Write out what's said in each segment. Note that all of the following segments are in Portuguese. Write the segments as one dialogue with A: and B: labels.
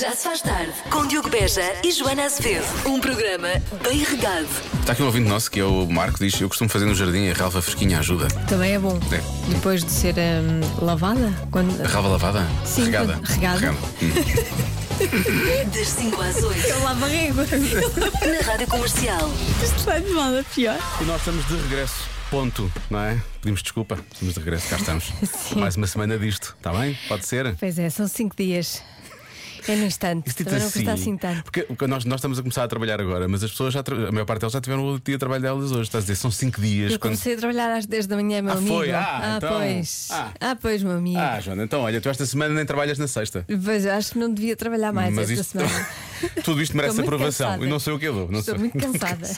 A: Já se faz tarde com Diogo Beja e Joana Azevedo. Um programa bem regado.
B: Está aqui um ouvinte nosso que é o Marco, diz: Eu costumo fazer no jardim a relva fresquinha ajuda.
C: Também é bom.
B: É.
C: Depois de ser hum, lavada? Quando...
B: A relva lavada?
C: Sim,
B: regada.
C: regada.
B: Hum.
A: Das 5 às 8
C: Eu lavo a régua.
A: na Rádio Comercial.
C: Isto vai de mal a pior.
B: E nós estamos de regresso. Ponto, não é? Pedimos desculpa, estamos de regresso, cá estamos.
C: Sim.
B: Mais uma semana disto, está bem? Pode ser?
C: Pois é, são cinco dias. É no instante.
B: Isso dito
C: Também não custa assim tanto.
B: Porque o que nós, nós estamos a começar a trabalhar agora, mas as pessoas já tra- a maior parte delas já tiveram o dia de trabalho delas hoje. Estás a dizer, são 5 dias.
C: Eu comecei a trabalhar às 10 da manhã, meu
B: Ah,
C: amigo.
B: foi? Ah, então.
C: pois.
B: Ah.
C: Ah. pois, meu amigo.
B: Ah, Joana, então olha, tu esta semana nem trabalhas na sexta.
C: Pois, acho que não devia trabalhar mais
B: mas
C: esta
B: isto,
C: semana.
B: tudo isto merece
C: Estou muito
B: aprovação.
C: cansada.
B: Eu não sei o que eu dou. Não
C: Estou
B: sei.
C: muito cansada.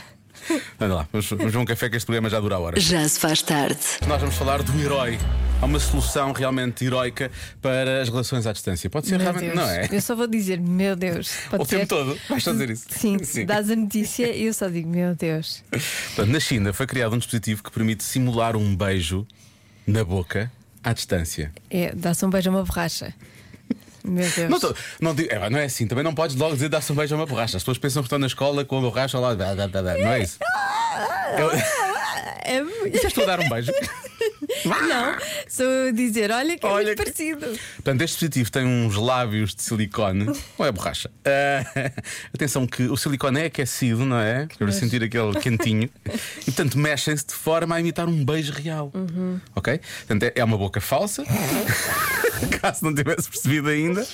B: Anda lá, vamos, vamos ver um café que este programa já dura horas.
A: Já se faz tarde.
B: Nós vamos falar do herói. Há uma solução realmente heroica para as relações à distância. Pode ser
C: Meu
B: realmente,
C: Deus.
B: não é?
C: Eu só vou dizer, meu Deus. Pode
B: O
C: ser?
B: tempo todo, vais só dizer isso.
C: Sim,
B: Sim.
C: dás a notícia e eu só digo, meu Deus.
B: Portanto, na China foi criado um dispositivo que permite simular um beijo na boca à distância.
C: É, dá-se um beijo a uma borracha. Meu Deus.
B: Não, tô- não digo- é, não é assim, também não podes logo dizer dar-se um beijo a uma borracha. As pessoas pensam que estão na escola com a borracha lá, dá, dá, dá, dá. não é isso? Eu,
C: É-
B: já estou a dar um beijo.
C: Não, sou eu a dizer, olha que
B: Olha
C: é muito
B: que-
C: parecido.
B: Portanto, este dispositivo tem uns lábios de silicone. Ou é borracha? Ah, atenção, que o silicone é aquecido, não é? Para
C: nojo.
B: sentir aquele quentinho. E, portanto, mexem-se de forma a imitar um beijo real.
C: Uhum.
B: Ok? Portanto, é- é uma boca falsa. Caso não tivesse percebido ainda.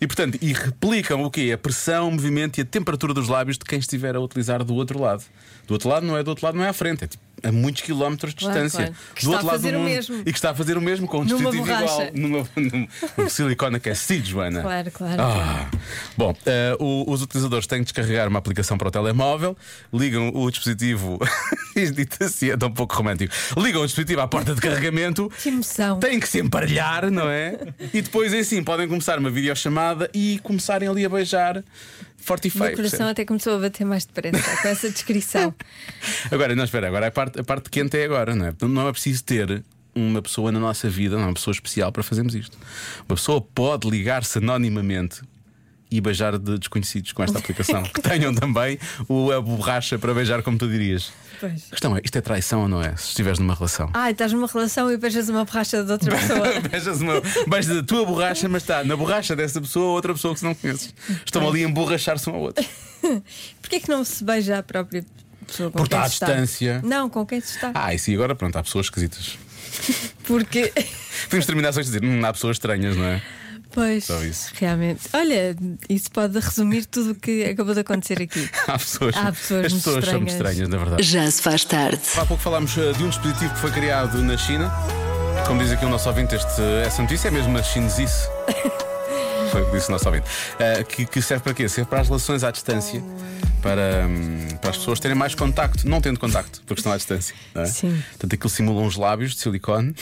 B: E, portanto, e replicam o quê? A pressão, o movimento e a temperatura dos lábios de quem estiver a utilizar do outro lado. Do outro lado não é do outro lado, não é à frente. É tipo, a muitos quilómetros de
C: Claro,
B: distância.
C: claro. Que
B: Do
C: está
B: outro
C: a
B: lado do
C: fazer o
B: mundo.
C: mesmo.
B: E que está a fazer o mesmo com um
C: Numa
B: dispositivo
C: borracha.
B: igual numa, num, num silicone aquecido, Joana.
C: Claro, claro.
B: Ah. Bom, eh, o- os utilizadores têm que descarregar uma aplicação para o telemóvel, ligam o dispositivo. Isto dito assim é tão pouco romântico. Ligam o dispositivo à porta de carregamento.
C: Que emoção.
B: Têm que se emparelhar, não é? E depois, assim, podem começar uma videochamada e começarem ali a beijar forte e
C: O meu
B: feio.
C: coração até começou a bater mais depressa com essa descrição.
B: Agora, não, espera, agora a parte, a parte quente é agora, não é? Portanto, Não é preciso ter uma pessoa na nossa vida, não é uma pessoa especial para fazermos isto. Uma pessoa pode ligar-se anonimamente e beijar de desconhecidos com esta aplicação. que tenham também o, a borracha para beijar, como tu dirias.
C: Pois.
B: A questão é, isto é traição ou não é? Se estiveres numa relação.
C: Ah, estás numa relação e beijas uma borracha de outra pessoa.
B: Beijas, uma, beijas a tua borracha, mas está na borracha dessa pessoa ou outra pessoa que não conheces. Estão ali a emborrachar-se um ao outro.
C: Porquê que não se beija a própria pessoa com
B: Porque
C: quem
B: está à
C: se está?
B: distância.
C: Não, com quem se está.
B: Ah, e sim, agora pronto, há pessoas esquisitas.
C: Porque,
B: Podemos terminar só isto a dizer, hum, há pessoas estranhas, não é?
C: pois,
B: Só isso.
C: realmente. Olha, isso pode resumir tudo o que acabou de acontecer aqui.
B: Há pessoas,
C: Há pessoas
B: as
C: muito
B: pessoas são muito
C: estranhas.
B: estranhas, na verdade.
A: Já se faz tarde.
B: Há pouco falámos eh, de um dispositivo que foi criado na China. Como diz aqui o nosso ouvinte, este, essa notícia é mesmo uma chinesice. Foi o que disse o nosso ouvinte. Eh, que, que serve para quê? Serve para as relações à distância. Para, hum, para as pessoas terem mais contacto, não tendo contacto, porque estão à distância. Não é?
C: Sim.
B: Portanto, aquilo simula uns lábios de silicone.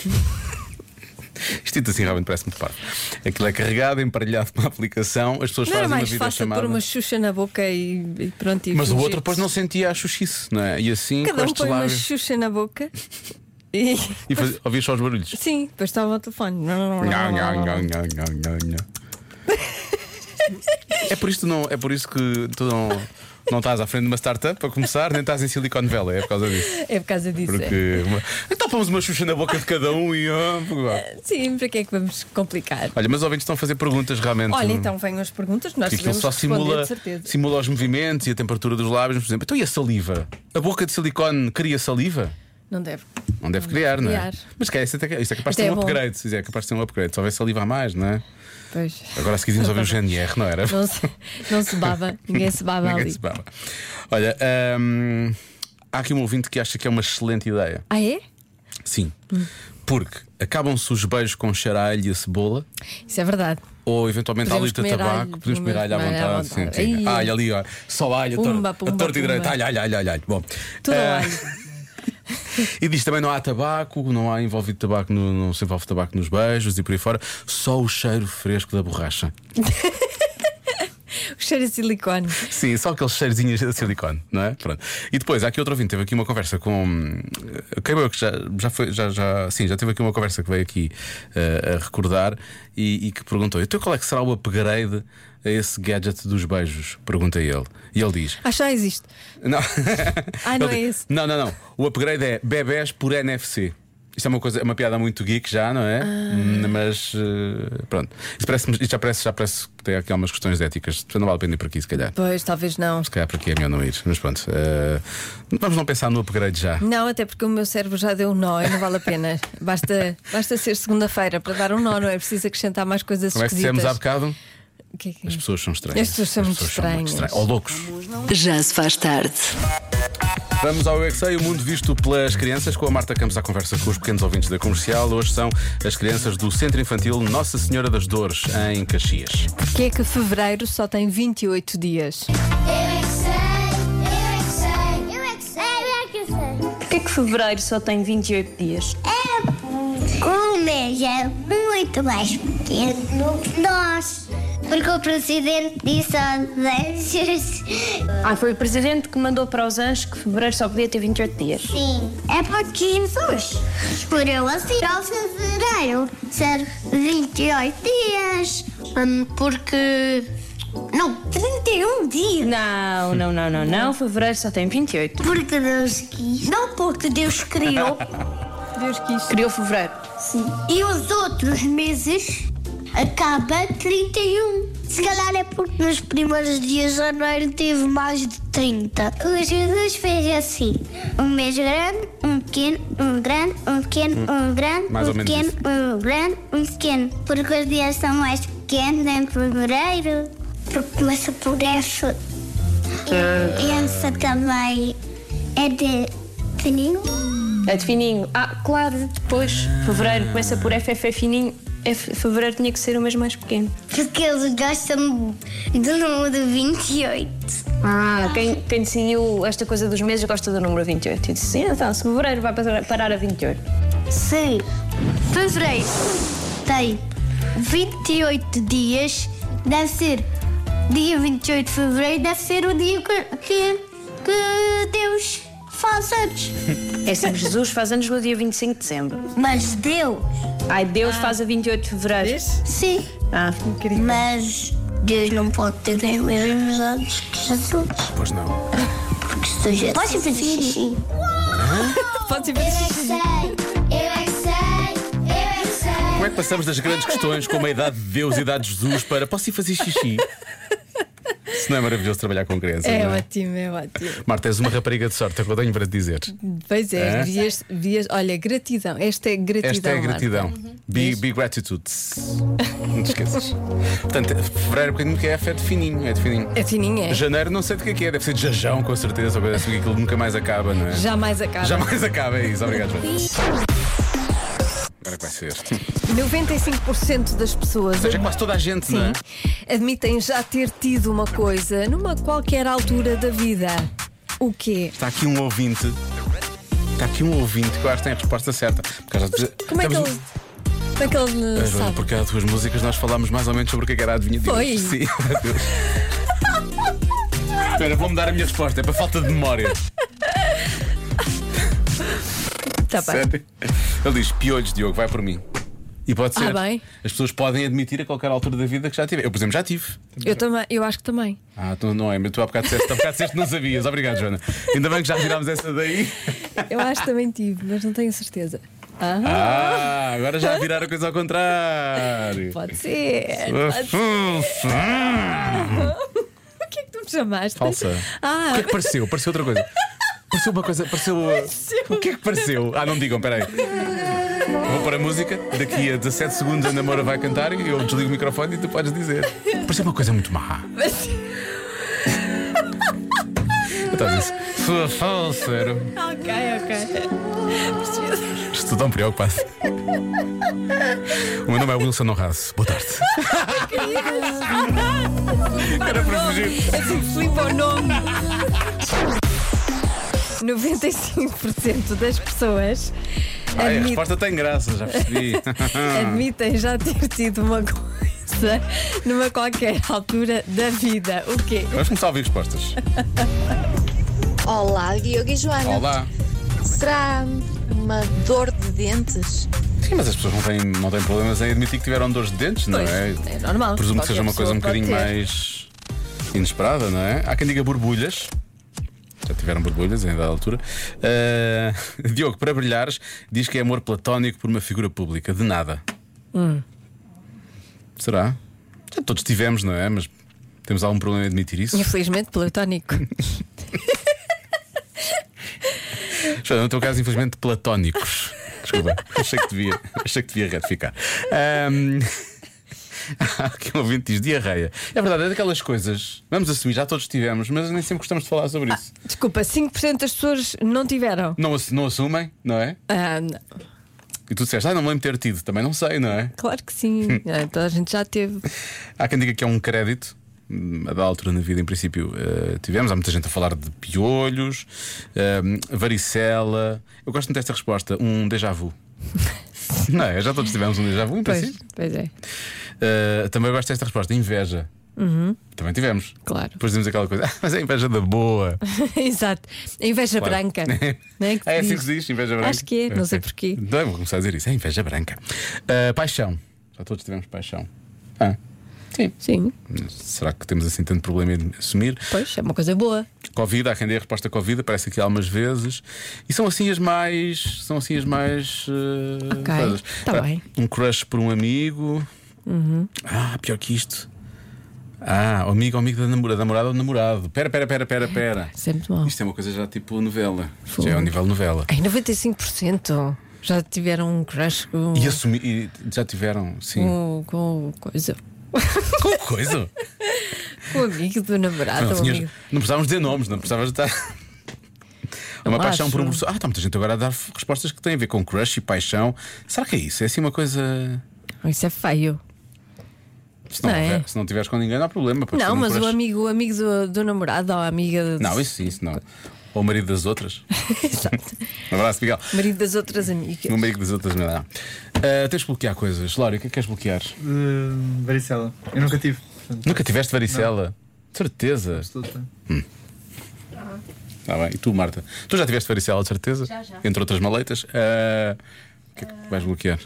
B: Isto dito assim realmente parece muito parvo. Aquilo é carregado, emparelhado com a aplicação, as pessoas
C: Não
B: fazem
C: era
B: uma
C: mais fácil
B: videochamada.
C: pôr uma xuxa na boca e, e pronto. E
B: Mas o outro
C: fingir-se?
B: depois não sentia a xuxice, não é? E assim, com
C: Cada um
B: estes
C: põe uma
B: lábios.
C: xuxa na boca e.
B: E faz... ouvias só os barulhos.
C: Sim, é depois estava o telefone.
B: Nhá, nhá, nhá, nhá, nhá, nhá, nhá. É por isso que não, é por isso que tu não, não estás à frente de uma startup para começar, nem estás em Silicon Valley, é por causa disso.
C: É por causa disso. é.
B: Porque uma... então pomos uma xuxa na boca de cada um e. ah, porque vá.
C: Sim, para que é que vamos complicar?
B: Olha, mas os ouvintes estão a fazer perguntas realmente.
C: Olha, então venham as perguntas, nós
B: Porque aquilo
C: sabemos
B: então só
C: responder,
B: simula,
C: de certeza.
B: simula os movimentos e a temperatura dos lábios, por exemplo. Então e a saliva? A boca de silicone cria saliva?
C: Não deve.
B: Não deve criar, não é?
C: criar.
B: Mas que é, isso, é, isso é capaz de
C: Até
B: ser
C: é
B: um
C: bom.
B: upgrade. se É capaz de ser um upgrade. Se houver saliva a mais, não é?
C: Pois.
B: Agora a seguir íamos ouvir o GNR, não era?
C: Não se, não se baba, ninguém se baba
B: Ninguém
C: ali.
B: se baba. Olha, hum, há aqui um ouvinte que acha que é uma excelente ideia.
C: Ah, é?
B: Sim.
C: Hum.
B: Porque acabam-se os beijos com cheiro a alho e a cebola,
C: Isso é verdade.
B: ou eventualmente
C: Podemos
B: alho de
C: comer
B: tabaco,
C: alho,
B: podemos comer alho à
C: comer
B: vontade.
C: alho à
B: Sim,
C: vontade.
B: sim.
C: Ai.
B: Alho ali, ó. só alho, a tor-
C: Pumba,
B: a
C: pumba,
B: torta e
C: pumba.
B: direita, alho, alho, alho, alho, alho. Bom.
C: Tudo
B: ah,
C: ao alho.
B: E diz também não há tabaco, não há envolvido tabaco, no- não se envolve tabaco nos beijos e por aí fora, só o cheiro fresco da borracha.
C: cheiro a silicone.
B: Sim, só aqueles cheirozinhos de silicone, não é? Pronto. E depois, há aqui outro ouvinte, teve aqui uma conversa com. Creio eu que já, já foi. Já, já, sim, já teve aqui uma conversa que veio aqui eh, a recordar e, e que perguntou: então qual é que será o upgrade a esse gadget dos beijos? Pergunta ele. E ele diz:
C: Acho que Ah, já existe.
B: Não.
C: Ah, não
B: Ele
C: é
B: diz,
C: esse.
B: Não, não, não. O upgrade é bebés por NFC. Isto é uma coisa, é uma piada muito geek já, não é?
C: Ah.
B: Hum, Mas eh, pronto. Isto, parece, isto já parece, já parece que tem aqui algumas questões éticas. Portanto, não vale a pena ir por aqui, se calhar.
C: Pois, talvez não.
B: Se calhar por aqui é melhor não ir. Mas pronto. eh, vamos não pensar no upgrade já.
C: Não, até porque o meu cérebro já deu um nó e não vale a pena. Basta, basta ser segunda-feira para dar um nó, não é preciso acrescentar mais coisas
B: Como é que dissemos há
C: esquisitas.
B: bocado?
C: O que é que é?
B: As pessoas são estranhas.
C: As pessoas são muito estranhas.
B: Ou loucos.
A: Já se faz tarde.
B: Vamos ao UXA, o mundo visto pelas crianças, com a Marta Campos à conversa com os pequenos ouvintes da comercial. Hoje são as crianças do Centro Infantil Nossa Senhora das Dores, em Caxias.
C: Porquê é que fevereiro só tem 28 dias?
D: Porquê que fevereiro só tem 28 dias?
E: Como é muito mais pequeno que nós. Porque o presidente disse aos anjos.
D: Ah, foi o presidente que mandou para os anjos que fevereiro só podia ter 28 dias.
E: Sim, é porque Jesus escolheu assim ao fevereiro ser 28 dias. Hum, porque. Não, 31 dias.
D: Não, não, não, não, não. Fevereiro só tem 28.
E: Porque Deus quis. Não porque Deus criou.
C: Deus quis.
D: Criou fevereiro.
E: Sim. E os outros meses acaba 31. Se calhar é porque nos primeiros dias de janeiro teve mais de 30. O Jesus fez assim: um mês grande, um pequeno, um grande, um pequeno, um grande,
B: Hum. Mais
E: um
B: ou menos
E: pequeno,
B: isso.
E: um grande, um pequeno. Porque os dias são mais pequenos em fevereiro. Porque começa por F. E essa também é de um? fininho.
D: É de fininho. Ah, claro, depois. Fevereiro começa por FF é fininho. F- fevereiro tinha que ser o mês mais pequeno.
E: Porque eles gostam do número 28.
D: Ah, quem, quem decidiu esta coisa dos meses gosta do número 28. E disse, "Sim, então, se fevereiro vai passar- parar a 28.
E: Sim. Então, Fevereiro tem 28 dias. Deve ser dia 28 de fevereiro, deve ser o dia que, que, que Deus faz anos.
D: É sempre Jesus faz anos no dia 25 de dezembro.
E: Mas Deus,
D: Ai, Deus faz a 28 de fevereiro.
E: sim.
D: Ah,
E: Mas Deus não pode ter os mesmos anos que Jesus.
B: Pois não.
E: Porque se Jesus. assim. Pode fazer xixi.
C: Pode ser.
E: Sei, eu é que sei, eu é que sei.
B: Como é que passamos das grandes questões como a idade de Deus e a idade de Jesus para posso ir fazer xixi? Se não é maravilhoso trabalhar com crianças,
C: É
B: não é?
C: ótimo, é ótimo.
B: Marta, és uma rapariga de sorte, é o que eu tenho para te dizer.
C: Pois é,
B: É?
C: vias, vias, olha, gratidão. Esta é gratidão.
B: Esta é a
C: Marta. Uhum.
B: gratidão. Be, be gratitude. Não te esqueças. Portanto, fevereiro, porque que é F é de fininho, é de fininho.
C: É fininha, é?
B: Janeiro, não sei do que é que é, deve ser de jajão, com certeza, ou coisa assim, que aquilo nunca mais acaba, não é?
C: Jamais acaba.
B: Jamais acaba, é isso. Obrigado, João. Agora é que vai ser.
C: 95% das pessoas
B: Seja quase toda a gente, não é?
C: admitem já ter tido uma coisa numa qualquer altura da vida. O quê?
B: Está aqui um ouvinte. Está aqui um ouvinte que eu acho que tem a resposta certa. Porque já-
C: Como é que
B: Estamos-
C: ele. Como é que ele
B: Ah, Joana,
C: sabe?
B: Porque há duas músicas nós falámos mais ou menos sobre o que é que era a adivinha
C: Foi?
B: Sim, meu Deus. Espera, vou mudar a minha resposta, é para falta de memória.
C: Tá bem.
B: Sério? Ele diz: piolhos, Diogo, vai por mim. E pode ser.
C: Ah, bem.
B: As pessoas podem admitir a qualquer altura da vida que já tive. Eu, por exemplo, já tive.
C: Eu também, eu acho que também.
B: Ah, tu não é, mas tu há bocado disseste, há bocado disseste que não sabias. Obrigado, Joana. Ainda bem que já tirámos essa daí.
C: Eu acho que também tive, mas não tenho certeza. Ah,
B: Ah, agora já viraram a coisa ao contrário.
C: pode ser. Pode ser. O que é que tu me chamaste?
B: Falsa. O
C: Ah,
B: que é que pareceu? Pareceu outra coisa. Pareceu uma coisa. Pareceu. O que é que pareceu? Ah, não digam, peraí. Vou para a música, daqui a 17 segundos a Namora vai cantar e eu desligo o microfone e tu podes dizer. Pareceu uma coisa muito má.
C: mas-
B: Então, disse, sua falsa. era-
C: ok, ok.
B: Estou tão preocupado. O meu nome é Wilson Honraço. Boa tarde. Era para fugir.
C: É assim que flipa o nome. 95% das pessoas
B: Ai, a
C: admitem,
B: resposta tem graça, já percebi.
C: admitem já ter tido uma coisa casa numa qualquer altura da vida. O quê?
B: Vamos começar a ouvir respostas.
F: Olá, Diogo e Joana.
B: Olá.
F: Será uma dor de dentes?
B: Sim, mas as pessoas não têm, não têm problemas em admitir que tiveram dores de dentes, não
C: Pois,
B: é?
C: é normal.
B: Presumo que
C: Qualquer
B: seja uma coisa um
C: pessoa pode
B: bocadinho
C: ter.
B: mais inesperada, não é? Há quem diga borbulhas. Já tiveram borbulhas ainda à altura. Ah, Diogo, para brilhares, diz que é amor platónico por uma figura pública. De nada. Será? Já todos tivemos, não é? Mas temos algum problema em admitir isso?
C: Infelizmente, platónico.
B: Espera, No teu caso, infelizmente, platónicos. Desculpa, achei que devia, achei que devia retificar. Ahm, Há aqui um ouvinte que diz diarreia. É verdade, é daquelas coisas. Vamos assumir, já todos tivemos, mas nem sempre gostamos de falar sobre isso.
C: Desculpa, 5% das pessoas não tiveram.
B: Não, ass- não assumem, não é?
C: Ah, não.
B: E tu disseste, ah, não me lembro de ter tido. Também não sei, não é?
C: claro que sim. Ah, Toda a gente já teve.
B: Há quem diga que é um crédito. Hum, A da altura na vida, em princípio, eh, tivemos. Há muita gente a falar de piolhos, hum, varicela. Eu gosto muito desta resposta, um déjà vu. não é? Já todos tivemos um déjà vu, em
C: Pois,
B: princípio.
C: pois é.
B: Uh, também gosto desta resposta, inveja. Também tivemos.
C: Uhum. Claro.
B: Depois dizemos aquela coisa, "Ah, mas é inveja da boa.
C: Exato. A inveja
B: Claro.
C: branca. Não é que
B: Ah, é assim
C: se diz?
B: que se diz, inveja branca.
C: Acho que é, não sei porquê.
B: Não, vou começar a dizer isso, é inveja branca. Uh, paixão. Já todos tivemos paixão. Ah, sim.
C: Sim,
B: Será que temos assim tanto problema em assumir?
C: pois, é uma coisa boa.
B: Covid, há quem dê a resposta Covid, aparece aqui algumas vezes. E são assim as mais. São assim as mais. eh,
C: Ok,
B: coisas.
C: tá
B: Ah,
C: bem. Uhum.
B: Um crush por um amigo. Ah, pior que isto. Ah, o amigo, o amigo da namorada, namorada ou namorado. Pera, pera, pera, pera, pera.
C: Sempre bom.
B: Isto é uma coisa já tipo novela. Já é um nível novela.
C: Ai, 95% já tiveram um crush com,
B: E, assumi, e já tiveram, sim.
C: com, com coisa.
B: Com coisa?
C: Com o amigo do namorado.
B: Não,
C: ou
B: tinhas-
C: Ah, amigo.
B: não precisávamos dizer nomes, não precisávamos de estar. Uma
C: Não
B: paixão por um
C: acho.
B: professor. Ah, está muita gente agora a dar f- respostas que têm a ver com crush e paixão. Será que é isso? É assim uma coisa.
C: Isso é feio.
B: Se não,
C: Não é?
B: houver- se não tiveres com ninguém, não há problema. pode ser
C: não,
B: um
C: mas o
B: crush.
C: amigo, o amigo do, do namorado ou a amiga. do-
B: Não, isso sim, isso não. Ou o marido das outras.
C: Exato.
B: Um abraço, Miguel.
C: Marido das outras amigas.
B: O marido das outras, não. não. Ah, tens de bloquear coisas. Lório, o que é que queres bloquear?
G: Uh, varicela. Eu nunca tive. Portanto,
B: Nunca tiveste varicela? De Certeza.
G: absoluta.
B: Tá bem. E tu, Marta? Tu já tiveste varicela, de certeza? Já, já. Entre outras maleitas. Ah, o que é que vais bloquear?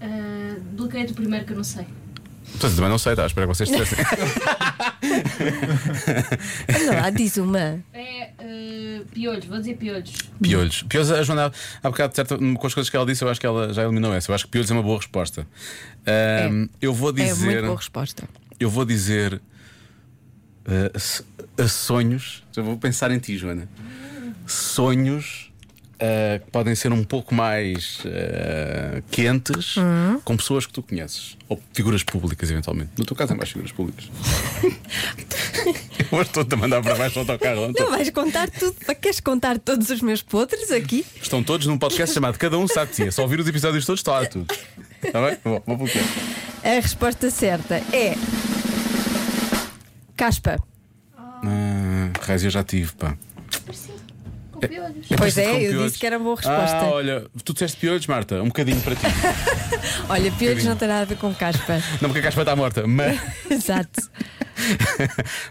H: Ah, bloqueio do primeiro que eu não sei.
B: Portanto, também não sei, tá? Espero que vocês dissessem.
C: Olha lá, diz uma.
H: É eh, piolhos, vou dizer piolhos.
B: Piolhos. Piolhos, a Joana, há bocado, de certa, com as coisas que ela disse, eu acho que ela já eliminou essa. Eu acho que piolhos é uma boa resposta. Ahm, Eu vou
C: É uma
B: dizer.
C: muito boa resposta.
B: eu vou dizer. ah, s- ah, sonhos. Já vou pensar em ti, Joana. Sonhos. ah, que podem ser um pouco mais ah, quentes
C: Hum.
B: com pessoas que tu conheces ou figuras públicas, eventualmente. No teu caso, é mais figuras públicas. eu estou-te a mandar para baixo o autocarro. não estou?
C: Não vais contar tudo. Queres contar todos os meus podres aqui?
B: Estão todos num podcast chamado Cada Um Sabe de Si. É só ouvir os episódios todos, está lá tudo. Está bem? Bom, vou bloquear.
C: A resposta certa é. Caspa.
B: Ah, Raiz, eu já tive, pá.
H: Com piolhos.
C: Pois
B: parecido
C: é,
B: com
C: eu
B: piolhos.
C: disse que era uma boa resposta.
B: Ah, olha, tu disseste piolhos, Marta, um bocadinho para ti.
C: Olha, piolhos não tem nada a ver com caspa.
B: Não porque a caspa está morta, mas.
C: Exato.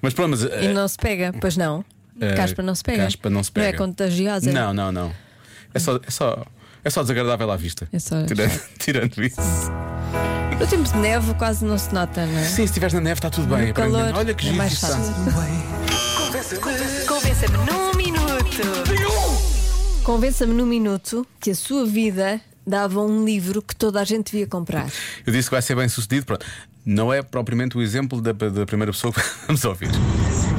B: mas pronto, mas.
C: E
B: eh,
C: não se pega, pois não.
B: eh,
C: Caspa não se pega.
B: Caspa não se pega.
C: é contagiosa.
B: Não, não, não. É só, é só, é só desagradável à vista.
C: É só-
B: Tirando, tirando isso.
C: No tempo de neve quase não se nota, não é?
B: Sim, se estiveres na neve está tudo bem.
C: No calor
B: aparentemente. olha que
C: é
B: giro
C: mais
B: isso está.
C: fácil. Convença-me num minuto. Convença-me num minuto que a sua vida dava um livro que toda a gente devia comprar.
B: Eu disse que vai ser bem sucedido. Pronto. Não é propriamente o exemplo da, da primeira pessoa que vamos ouvir.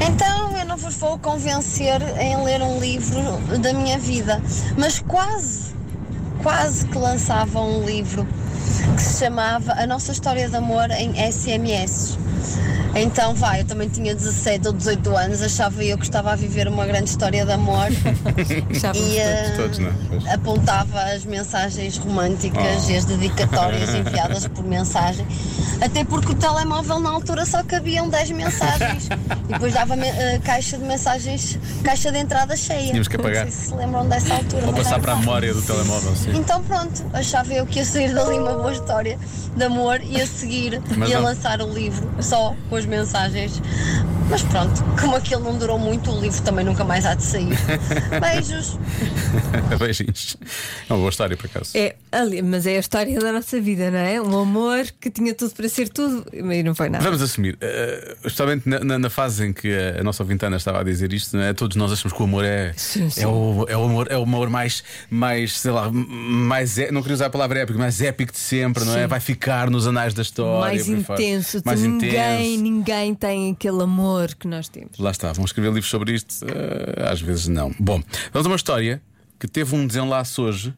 F: Então eu não vos vou convencer em ler um livro da minha vida, mas quase, quase que lançava um livro que se chamava A Nossa História de Amor em SMS. Então vai, eu também tinha 17 ou 18 anos, achava eu que estava a viver uma grande história de amor
C: Já
F: e eh,
B: Todos, não é? Pois.
F: apontava as mensagens românticas
B: Oh.
F: e as dedicatórias enviadas por mensagem. Até porque o telemóvel na altura só cabiam 10 mensagens e depois dava me- eh, caixa de mensagens, caixa de entrada cheia.
B: Tínhamos que apagar.
F: Não sei se se lembram dessa altura.
B: Vou
F: mas
B: passar
F: era
B: para a
F: fácil.
B: memória do telemóvel, sim.
F: Então pronto, achava eu que ia sair dali uma boa história de amor e a seguir
B: Mas
F: ia
B: não.
F: lançar o livro só com as mensagens. Mas pronto, como aquele não durou muito, o livro também nunca mais há de sair. Beijos!
B: Beijinhos. É uma boa história, por acaso.
C: É, ali- mas é a história da nossa vida, não é? Um amor que tinha tudo para ser tudo, mas não foi nada.
B: Vamos assumir, eh, especialmente na, na- na fase em que a, a nossa ventana estava a dizer isto, não é? todos nós achamos que o amor é,
C: Sim, sim.
B: é, o, é o amor, é o amor mais, mais, sei lá, m- mais, é- não queria usar a palavra épico, mais épico de sempre, não é? Vai ficar nos anais da história.
C: Mais
B: por aí fora.
C: intenso,
B: mais
C: ninguém,
B: intenso.
C: ninguém tem aquele amor que nós temos.
B: Lá está, vão escrever livros sobre isto? Eh, às vezes não. Bom, vamos a uma história que teve um desenlace hoje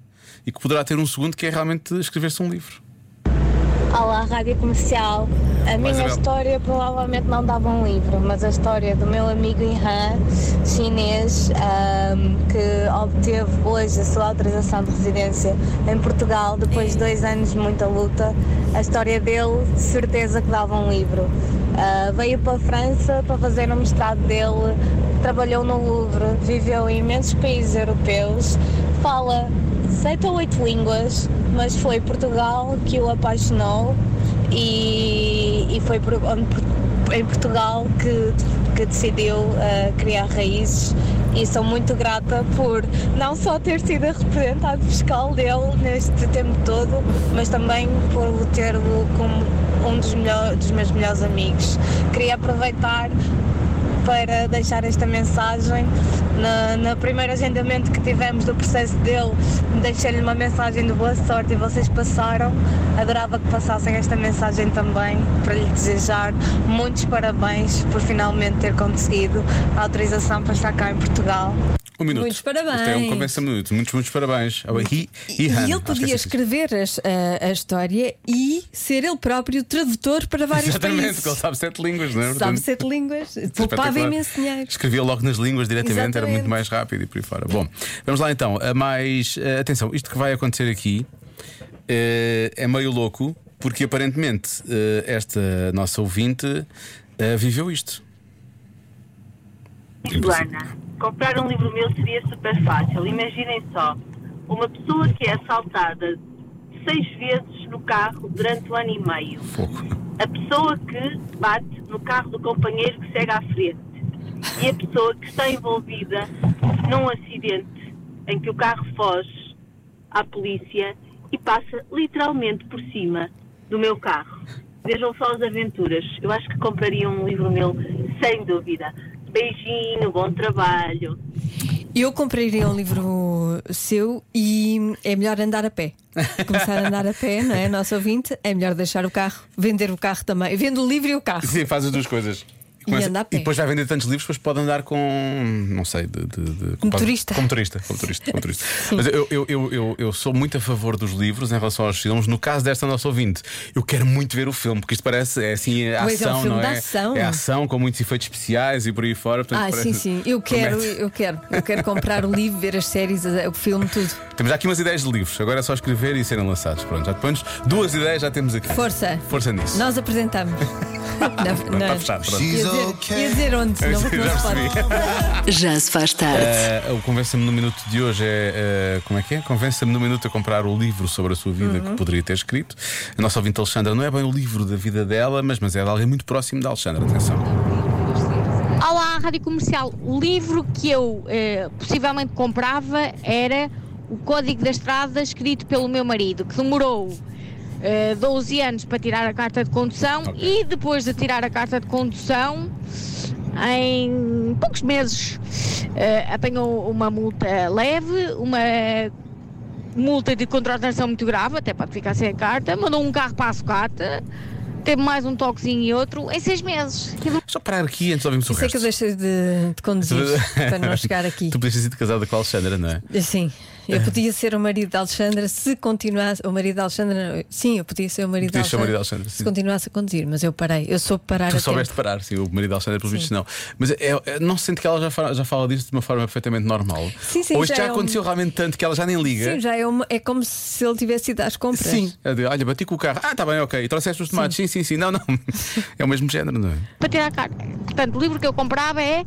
B: e que poderá ter um segundo, que é realmente escrever-se um livro.
I: Olá, Rádio Comercial. A minha
B: Isabel.
I: história provavelmente não dava um livro, mas a história do meu amigo Ihan, chinês, ahm, que obteve hoje a sua autorização de residência em Portugal, depois de dois anos de muita luta, a história dele, de certeza que dava um livro. Ah, veio para a França para fazer o mestrado dele, trabalhou no Louvre, viveu em imensos países europeus, fala sete ou oito línguas, mas foi Portugal que o apaixonou e, e foi por- onde por- em Portugal que, que decidiu eh, criar raízes e sou muito grata por não só ter sido a representante fiscal dele neste tempo todo, mas também por o ter-lo como um dos, melhor- dos meus melhores amigos. Queria aproveitar para deixar esta mensagem. Na, no primeiro agendamento que tivemos do processo dele, deixei-lhe uma mensagem de boa sorte e vocês passaram. Adorava que passassem esta mensagem também para lhe desejar muitos parabéns por finalmente ter conseguido a autorização para estar cá em Portugal.
B: Um minuto.
C: Muitos parabéns.
B: Isto é um convença minuto. Muitos, muitos parabéns. ao Hi-
C: E
B: Ihan. Acho que é
C: ele
B: assim que
C: podia
B: se diz.
C: escrever as- eh, a, a história e ser ele próprio tradutor para vários
B: Exatamente,
C: países.
B: porque ele sabe sete línguas, não é?
C: Sabe
B: Portanto, é
C: sete línguas, poupava
B: espetacular.
C: imenso dinheiro.
B: Escrevia logo nas línguas diretamente, era
C: Exatamente.
B: muito mais rápido e por aí fora. Bom, vamos lá então. A mais. eh, atenção, isto que vai acontecer aqui eh, é meio louco, porque aparentemente eh, esta nossa ouvinte eh, viveu isto.
J: Joana, comprar um livro meu seria super fácil. Imaginem só, uma pessoa que é assaltada seis vezes no carro durante um ano e meio.
B: Pouco.
J: A pessoa que bate no carro do companheiro que segue à frente. E a pessoa que está envolvida num acidente em que o carro foge à polícia e passa literalmente por cima do meu carro. Vejam só as aventuras. Eu acho que compraria um livro meu, sem dúvida. Beijinho, bom trabalho.
C: Eu compraria um livro seu e é melhor andar a pé. Começar a andar a pé, não é? Nosso ouvinte, é melhor deixar o carro, vender o carro também. Vendo o livro e o carro.
B: Sim, faz as duas coisas.
C: E anda a pé.
B: depois vai vender tantos livros, depois pode andar com. não sei, de. de, de
C: Como turista.
B: Como turista. Como turista, como turista. Mas eu, eu, eu, eu, eu sou muito a favor dos livros em relação aos filmes. No caso desta nossa ouvinte, eu quero muito ver o filme, porque isto parece é assim, é
C: Pois, é um
B: ação,
C: filme
B: não
C: de
B: é?
C: ação.
B: É ação com muitos efeitos especiais e por aí fora. portanto,
C: Ah, sim,
B: parece-
C: sim. Eu quero,
B: promete.
C: eu quero. Eu quero comprar o livro, ver as séries, o filme, tudo.
B: Temos já aqui umas ideias de livros, agora é só escrever e serem lançados. Pronto, já depois duas ideias já temos aqui.
C: Força.
B: Força nisso.
C: Nós apresentamos. Não,
B: Pronto,
C: não.
B: está fechado. É Pronto.
C: Ia dizer, ia dizer onde, não, não se
B: Já percebi.
C: pode.
A: Já se faz tarde.
B: Eh, o Convença-me no Minuto de hoje é. eh, como é que é? Convença-me no Minuto a comprar o livro sobre a sua vida
C: Uhum.
B: que poderia ter escrito. A nossa ouvinte Alexandra não é bem o livro da vida dela, mas, mas é de alguém muito próximo da Alexandra. Atenção.
I: Olá, Rádio Comercial. O livro que eu eh, possivelmente comprava era O Código da Estrada, escrito pelo meu marido, que demorou eh, 12 anos para tirar a carta de condução
B: Ok.
I: e depois de tirar a carta de condução, em poucos meses, eh, apanhou uma multa leve, uma multa de contratação muito grave, até pode ficar sem a carta, mandou um carro para a sucata, teve mais um toquezinho e outro em seis meses. E
B: Só parar aqui antes de ouvirmos o
C: Isso é que
B: resto.
C: eu deixei de, de conduzir para não chegar aqui.
B: tu podias ter sido casada com a Alexandra, não é?
C: Sim, eu podia ser o marido de Alexandra se continuasse. O marido de Alexandra, não, sim, eu podia ser o marido, de
B: Podias ser o
C: Alexandra,
B: marido de Alexandra,
C: se
B: sim.
C: continuasse a conduzir, mas eu parei. Eu soube parar a
B: Tu
C: tempo.
B: soubeste parar, sim, o marido da Alexandra, pelo visto, não. Mas é, é- não se sente que ela já fala, já fala disto de uma forma perfeitamente normal.
C: Sim, sim,
B: Ou isto
C: já
B: já,
C: é um-
B: aconteceu realmente tanto que ela já nem liga.
C: Sim, já é, um uma- é como se ele tivesse ido às compras.
B: Sim, Eu digo, olha, bati com o carro. Ah, tá bem, ok. E trouxeste os tomates? Sim, sim, sim. Não, não. É o mesmo género, não é?
I: para tirar a carta. Portanto, o livro que eu comprava é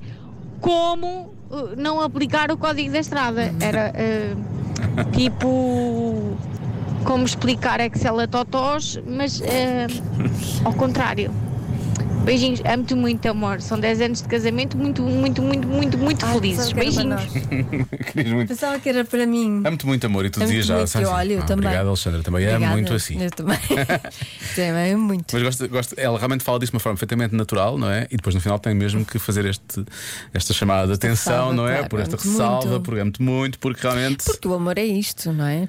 I: Como eh, Não Aplicar o Código da Estrada. Era eh, tipo como explicar Excel a Totós, mas eh, ao contrário. Beijinhos, amo-te muito, amor. São 10 anos de casamento, muito, muito, muito, muito, muito felizes.
C: pensava que era para
I: Beijinhos.
B: Querias muito.
C: Pensava que era para mim.
B: Amo-te muito, amor, e tu
C: Amo-te
B: dizias já.
C: muito,
B: sabes?
C: eu olho, eu também.
B: Obrigado, Alexandra. Também amo
C: Obrigada.
B: muito assim.
C: Eu também. também muito.
B: Mas gosto, gosto- ela realmente fala disso de uma forma perfeitamente natural, não é? E depois no final tem mesmo que fazer este, esta chamada de atenção,
C: ressalva,
B: não é?
C: claro,
B: por esta
C: amo-te
B: ressalva,
C: muito.
B: porque amo-te muito, porque realmente
C: Porque o amor é isto, não é?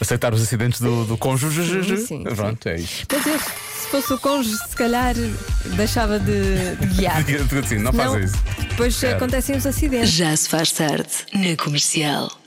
B: aceitar os acidentes do, do cônjuge.
C: Sim, sim,
B: Pronto, é isso.
C: Mas eu, se fosse o cônjuge, se calhar deixava de de guiar.
B: Diga-te assim, não,
C: Não.
B: faça isso.
C: Depois
B: Certo.
C: acontecem os acidentes.
A: Já se faz tarde na comercial.